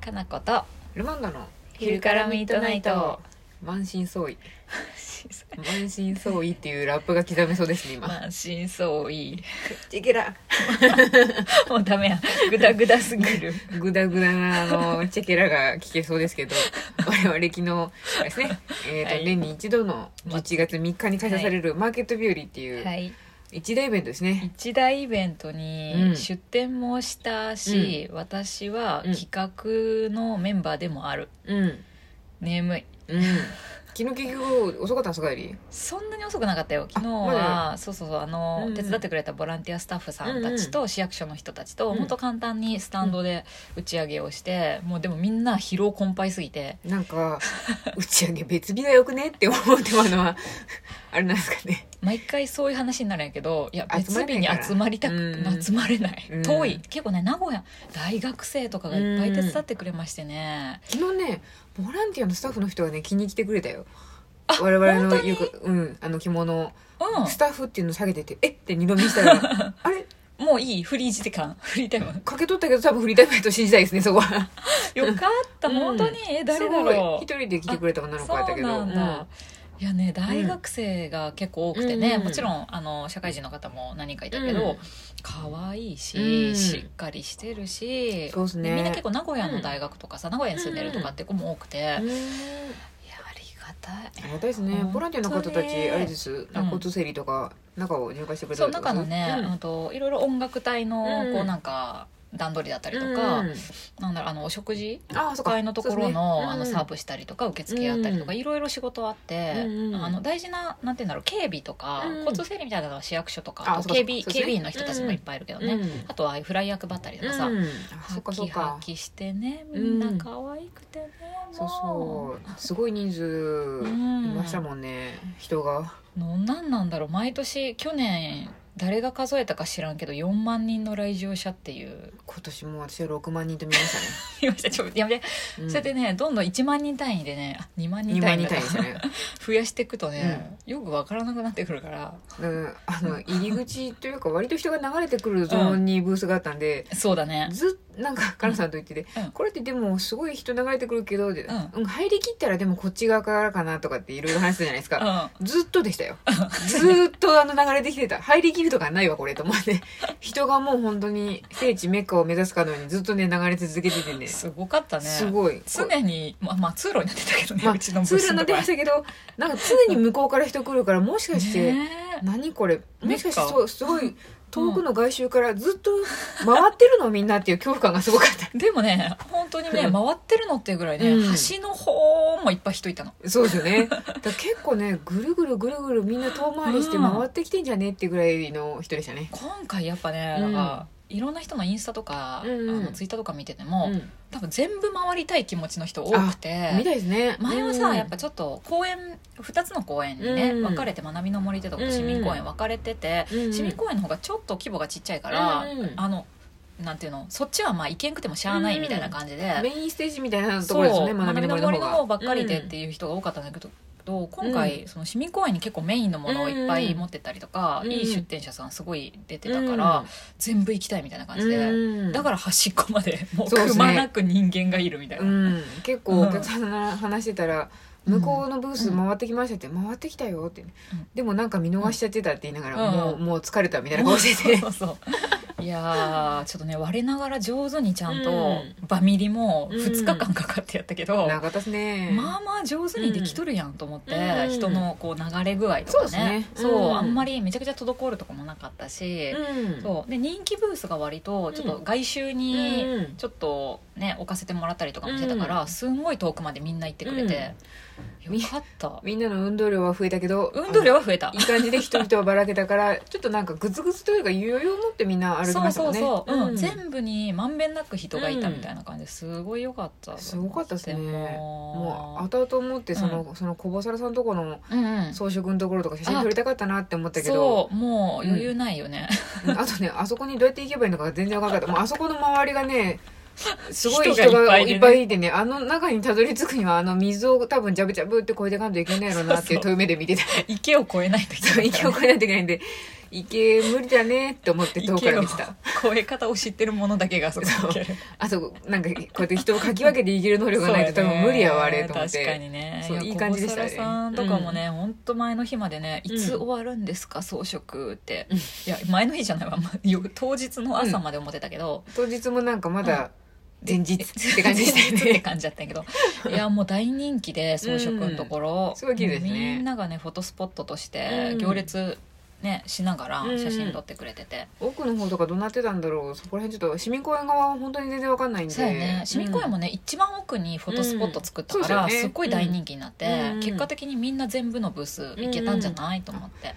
かなことルマンダの昼からミッドナイト満身創痍満身創痍っていうラップが刻めそうですね今満身創痍チケラ もうダメやグダグダすぎるグダグダなあのチェケラが聞けそうですけど我々昨日あれですね、えーとはい年に一度の11月3日に開催されるマーケット日和っていうはい一大イベントですね、一大イベントうんに出展もしたし、私はうん企画のメンバーでもある、うん眠いうん昨日結局遅かったんですか帰りそんなに遅くなかったよ昨日あまは、そうそうそうあの、うんうん手伝ってくれたボランティアスタッフさんたちと市役所の人たちと、うんほんと簡単にスタンドで打ち上げをして、もうでもみんな疲労困憊すぎてなんか打ち上げ別日がよくねって思ってたのはあれなんですかね毎回そういう話になるんやけどいや集別まれ日なにいから集まりたく、うん集まれない、うん遠い結構ね名古屋大学生とかがいっぱい手伝ってくれましてね、昨日ねボランティアのスタッフの人がね気に来てくれたよあ我々本の当によく、うん、あの着物うんスタッフっていうの下げてて、えって二度見し たら、あれもういいフリー時間 フリータイムかけ取ったけど多分フリータイムやと信じたいですね、そこは。よかった、うん本当にえ誰だろうすごい一人で来てくれた女の子やったそうけなど。んだ、いやね大学生が結構多くてね、うんもちろんあの社会人の方も何人かいたけど、うん可愛いし、うんしっかりしてるしそうっすねみんな結構名古屋の大学とかさ、名古屋に住んでるとかって子も多くて、ういん。やうーありがたいんありがたいですね本当。ねボランティアの方たち、あれです。んなんか交通整理とか、中を入会してくれたそうりとか中する。のね、うん、といろいろ音楽隊のうんこうなんか段取りだったうりん。とか、うんなんだろうあのお食事ああ、そっか。会のところの,、あのサーブ。ブしたりとか受付やったりとか、うんいろいろ仕事あって、うんうんあの大事ななんて言うんだろう警備とか、うん交通整理みたいなのは市役所とあかあとそうか警備、そうです警ね備員の人たちもいっぱいいるけどね、うんあとはああいうフライヤー配ったりとかさ、うん。あそハっかそキっハか。キしてねみんな可愛くてね、そうもうそう。すごい人数、いましたもんね。人が。のなんなんだろう毎年去年誰が数えたか知らんけど4万人の来場者っていう今年も私は6万人と見ましたね。 いましたちょやめて、うんそれでねどんどん1万人単位でねあ2万人2単万位人だか単ら位でしたね。 増やしていくとね、よくわからなくなってくるからうんあの入り口というか割と人が流れてくるゾーンにブースがあったんで、そうだねずっなんかカナさんと言ってて、うんこれってでもすごい人流れてくるけど、でううん入りきったらでもこっち側からかなとかっていろいろ話してたじゃないですうか、んずっとでしたよずーっとあの流れてきてた入りきるとかないわこれと思って人がもう本当に聖地メッカを目指すかのようにずっとね流れ続けててねすごかったねすごい常にままあ通路になってたけどね、まあうちの通ブース路になのとってこましたけどなんか常に向こうから人来るからもしかして、ねえ何これもしかしてメッカそうすごい遠くの外周からずっと回ってるのみんなっていう恐怖感がすごか っでもね本当にねう回んってるのっていうぐらいね、うん端の方もいっぱい人いたのたそうですよねだから結構ねぐるぐるぐるぐるみんな遠回りしてうん回ってきてんじゃねっていうぐらいの人でしたね、今回やっぱね、うんだからいろんな人のインスタとか、うんうあんのツイッターとか見てても、うん多分全部回りたい気持ちの人多くみてたいですね前はさ、うんやっぱちょっと公園2つの公園にね、うん分かれて学びの森とか市民公園分かれてて、うん市民公園の方がちょっと規模がちっちゃいから、うんあのなんていうのそっちはまあ行けんくてもしゃあないみたいな感じで、メインステージみたいなとそこうろですよね学びの森方のが方ばっかりでっていう人が多かったんだけど。今回その市民公園に結構メインのものをいっぱい持ってったりとか、うんいい出店者さんすごい出てたから、全部行きたいみたいな感じで、うんだから端っこま でもうそうですくねまなく人間がいるみたいな、うん、結構お客さんと話してたら「うん向こうのブース回ってきました」って「回ってきたよ」って、でもなんか見逃しちゃってたって言いながら「うんもうもう疲れた」みたいな顔しててそうそう そういやーちょっとね我ながら上手にちゃんとうバミリもうん2日間かかってやったけど、長かったですねまあまあ上手にできとるやんと思って、うん人のこう流れ具合とそうかですねねそううんあんまりめちゃくちゃ滞るとかもなかったし、うんそうで人気ブースが割とちょっと外周にうんちょっとね置かせてもらったりとかもしてたから、うんすんごい遠くまでみんな行ってくれて、うんよかったみんなの運動量は増えたけど運動量はは増えたいい感じで人々はばらけたからちょっとなんかグツグツというか余裕を持ってみんな歩きそまうしそうたもんねそう、うんうん全部にまんべんなく人がいたみたいな感じですごい良かったすごかったですねもうも後々思ってその,、その小ボサラさんとこのううんうん装飾のところとか写真撮りたかったなって思ったけどそうもう余裕ないよね、うんあとねあそこにどうやって行けばいいのか全然分からな かったもうあそこの周りがねすごい人人ががいいっっぱぱいいてねあの中にたどり着くにはあの水を多分ジャブジャブって越えていかんといけないやろなっていうそうそ遠い目で見てた池を越えないといけない息を越えないといけないんで池無理だねって思って遠くから見て池たの越え方を知ってるものだけがあそこに行ける あとなんかこうやって人をかき分けて生きる能力がないと多分無理やわあれと思っそうやね確かてにねそうやいい感じでしたね小笠原さんとかもね、ほんと前の日までね「うんいつ終わるんですか装飾」って、いや前の日じゃないわまよ当日の朝まで思ってたけど、当日もなんかまだ前日って感じで前日 っしたてよね感じだったんや けどいやもう大人気で装飾のところ、うんすごい綺麗ですねもうみんながねフォトスポットとしうてん行列ねしながらうん写真撮ってくれてて、奥の方とかどうなってたんだろうそこら辺ちょっと市民公園側は本当に全然わかんないんでそうやね市民公園もね、一番奥にフォトスポット作ったかうんら、そうですよすねっごい大人気になって、うん結果的にみんな全部のブース行けたんじゃない、と思ってうん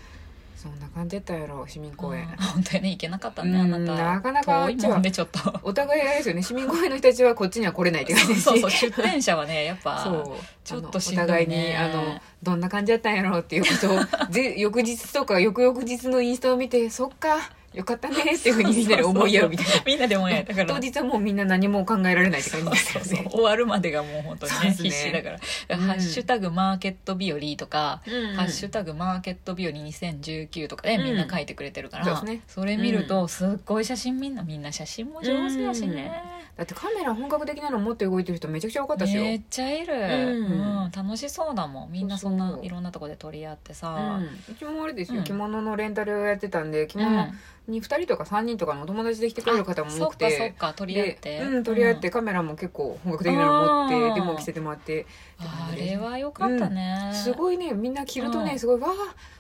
そんな感じだったやろ市民公園うん 本当にね行けなかったね、うんあなたなかなか遠いもんでちょっとお互いあれですよね市民公園の人たちはこっちには来 れないって感じだしそうそう出店者はねやっそぱうちょっとあのしんどいねお互いにあのどんな感じだったんやろうっていうことを ぜ翌日とか翌々日のインスタを見てそっかよかったねっていうふうにみんなで思い合うみたいなみんなでもねだから当日はもうみんな何も考えられないって感じですそようねそう 終わるまでがもう本当にそうねですね必死だから「うんハッシュタグマーケット日和」とか「うんハッシュタグマーケット日和2019」とかでうんみんな書いてくれてるから、そうですねそれ見るとすっごい写真みんなみんな写真も上手やしね、だってカメラ本格的なの持って動いてる人めちゃくちゃ多かったですよ、めっちゃいる、うんうん楽しそうだもんみんなそんそうなそういろんなとこで取り合ってうさ、ん、うちもあれですよ、うん着物のレンタルをやってたんで着うん物に2人とか3人とかのお友達で来てくれる方も多くあそってかそっか取り合って、でうん、取り合ってカメラも結構本格的なの持うっんてでも着せてもらってあれは良かったね、すいごいねみんな着るとうねんすごいわー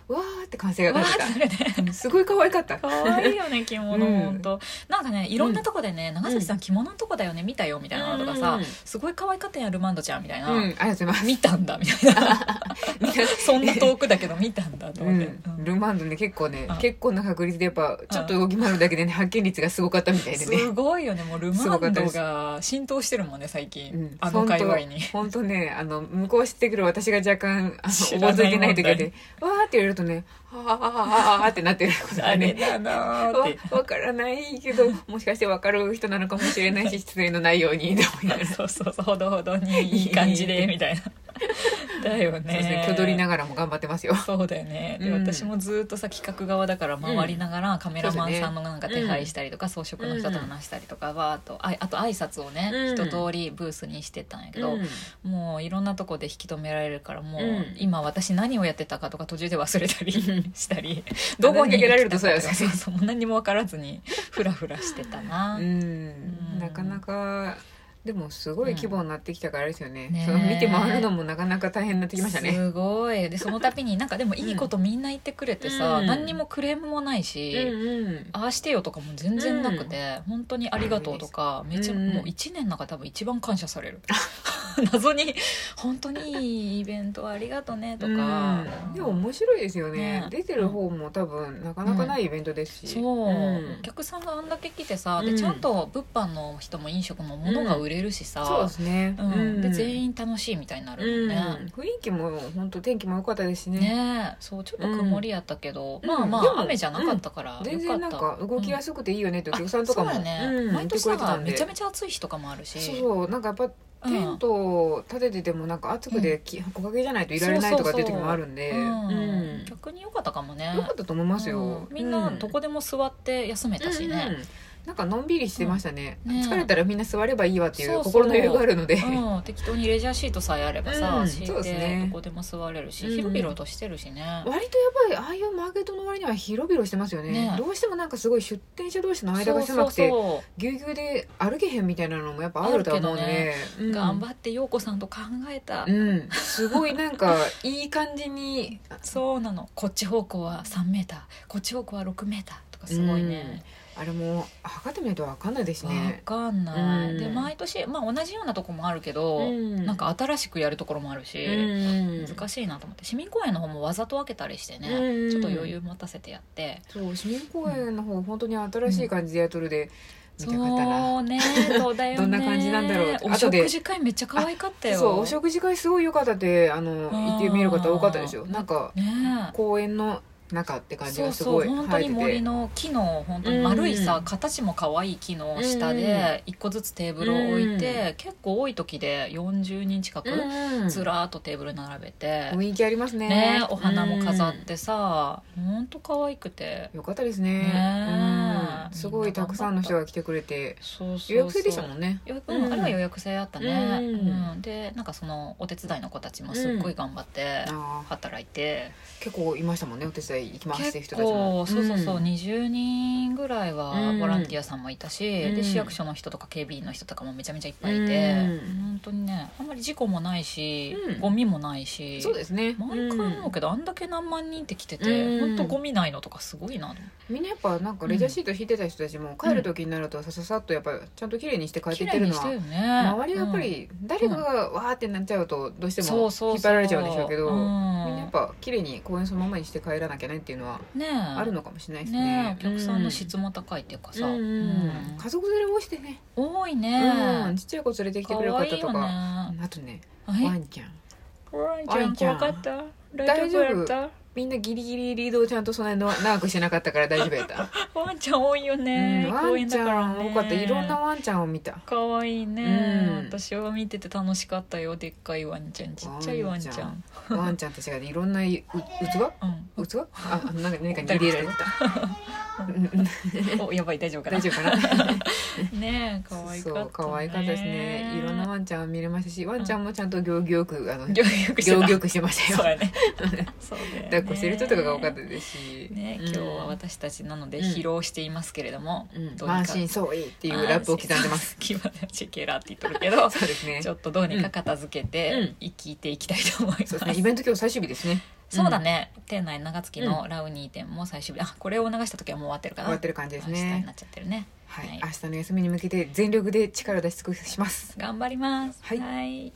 わーって歓声がわ出ーってなるね てたすごい可愛かった可愛いよね着物うん本当なんかねいろんなとこでね長崎さん着物のとこだよね見たよみたいなのとかうさんすごい可愛かったやんルマンドちゃんみたいうん、あなりがとうございます見たんだみたいなみんなそんな遠くだけど見たんだとう思ってんう、んルマンドね結構ねうん結構な確率でやっぱちょっと動き回るだけでね発見率がすごかったみたいですねごいよねもうルすマごかっンたドですが浸透してるもんね最うん近あの界隈に本当ねあの向こう知ってくる私が若干あ知のらないおぼづいてない時問題でわーって言われるとねあーあーあー あーってなってることあがれねだなーっわてわからないけどもしかしてわかる人なのかもしれないし失礼のないようにと思いなが らそうそうそうほどほどにいい感じでみ たいなだよそうですねね、挙取りながらも頑張ってますよ。そうだよねで、うん私もずっとさ企画側だから回りながらカメラマンさんのなんか手配したりとか、装飾の人と話したりとかわーっとああと挨拶をね、うん一通りブースにしてたんやけど、うんもういろんなとこで引き止められるからもう、うん今私何をやってたかとか途中で忘れた りうんしたりどこに話しかけられると行きたかったそうやそうそうもう何も分からずにフラフラしてたな。うんんなかなかでもすごい規模になってきたからあれですよね,、ねえその見て回るのもなかなか大変になってきましたね。すごいでその度になんかでもいいことみんな言ってくれてさ、うん何にもクレームもないうんし、うんああしてよとかも全然なくて、本当にありがとうとかめちゃ、うんもう1年なんか多分一番感謝される 謎に本当にいいイベントありがとねとか、うんでも面白いですよねね出てる方も多分なかなかないイベントですし、そう、んお客さんがあんだけ来てさ、うでんちゃんと物販の人も飲食も物が売れるしそうでさ、すね、うんで全員、員楽しいみたいになうんるよね、雰囲気も本当天気も良かったですしねねえそうちょっと曇りやったけど、うんまあまでもあ雨じゃなかったから、全よ然かなっんたか動きやすくていいよねってお客さんとかも、あそうだね、うん毎年さ言ってくれてたんでめちゃめちゃ暑い日とかもあるしそうそうなんかやっぱうんテントを立てててもなんか暑くてき木陰じゃないといられないとかっていう時もあるんでうんうん逆に良かったかもね良かったと思いますようんみんなどこででも座って休めたしね、なんかのんびりしてましたねうんね疲れたらみんな座ればいいわっていそううそう心の余裕があるのでうん、適当にレジャーシートさえあればさ、うん敷いそうですてねどこでも座れるし、うん広々としてるしね、割とやっぱりああいうマーケットの割には広々してますよねねどうしてもなんかすごい出店者同士の間そうがそ狭うくてそぎゅうぎゅうで歩けへんみたいなのもやっぱあるとは思うねう、頑張っって陽子さんと考えた、うんすごいなんかいい感じにそうなのこっち方向は3メーターこっち方向は6メーターとかすごいね、あれも測ってみないと分かんないですわねかんない、うんで毎年、まあ、同じようなとこもあるけど、うんなんか新しくやるところもあるし、うん難しいなと思って市民公園の方もわざと分けたりしてね、うんちょっと余裕持たせてやって、そう市民公園の方本当に新しい感じでやっとるで見たかったなそうねそう だよねどんな感じなんだろうお後で食事会めっちゃ可愛かったよそうお食事会すごい良かったってあのん行ってみる方多かったですよなんかねえ公園の中って感じそがうすそごうい本当生えてに森ての木の本当に丸いさ、うん形も可愛い木の下で一個ずつテーブルを置いて、結構多い時で40人近くうんずらーっとテーブル並べて、雰囲気ありますねねお花も飾ってさ、ほんと可愛くてうんよかったですねねうんすごいたくさんの人が来てくれてそうそうそう予約制でしたもんね予約うんうんあれは予約制あったね、うんうんでなんかそのお手伝いの子たちもすっごい頑張ってああ働いて、結構いましたもんねお手伝い行きますっていう結人たちも構そうそうそう、ん20人ぐらいはボランティアさんもいたし、うんで市役所の人とか警備員の人とかもめちゃめちゃいっぱいいて、うん本当にねあんまり事故もないし、うんゴミもないしそうですね毎回思うけど、あんだけ何万人って来てて、う本ん当ゴミないのとかすごいなと思ってみんなやっぱなんかレジャーシート引いてた人たちも帰る時になるとさささっとやっぱちゃんと綺麗にして帰って綺いっ麗てるにのしてはるよね周りはやっぱり誰かがわーってなっちゃうとどうしても引っ張られちゃうんでしょうけどんみんなやっぱ綺麗に公園そのままにして帰らなきゃねっていうのはねえあるのかもしれないですねねえお客さんの質も高いっていうかさ、うんうん家族連れも多いしてね多いね、うんちっちゃい子連れてきて可くれる愛方いとよかねあとねワえンちゃんワンちゃワんンちゃ怖んかった大大丈丈夫夫やっみんなギリギリリードをちゃんとそんなに長くしてなかったから大丈夫やった、たワンちゃん多いよ ね、うん公ワ園ンちだからゃんね多かったいろんなワンちゃんを見た可愛いね、うん私は見てて楽しかったよでっかいワンちゃんちっちゃいワンちゃんワンワンちゃんたちがねいろんないううん 器器あなんか何かに入れられてたうんうんおやばい大丈夫かな大丈夫かなねえ可愛かそったねう可愛かったですねいろんなワンちゃんを見れましたしワンちゃんもちゃんと行儀よくあの行 行儀よくしてた儀よくしてましたそうよや ねそうだよね抱っこしてる人とかが多かったですしね、今日は私たちなので疲労していますけれども、うんうんどうにか満身創痍っていうラップを刻んでますあー。今チェケラって言っとるけど、 そうですねちょっとどうにか片付けうんうてん生きていきたいと思います。そうですねイベント今日最終日ですねそうだね。店内長月のラウニー店も最終日。あ、これを流した時はもう終わってるか終な。わってる感じです明日にねなっちゃってるね。はいはい明日の休みに向けて全力で力を出し尽くします頑張ります。はいはい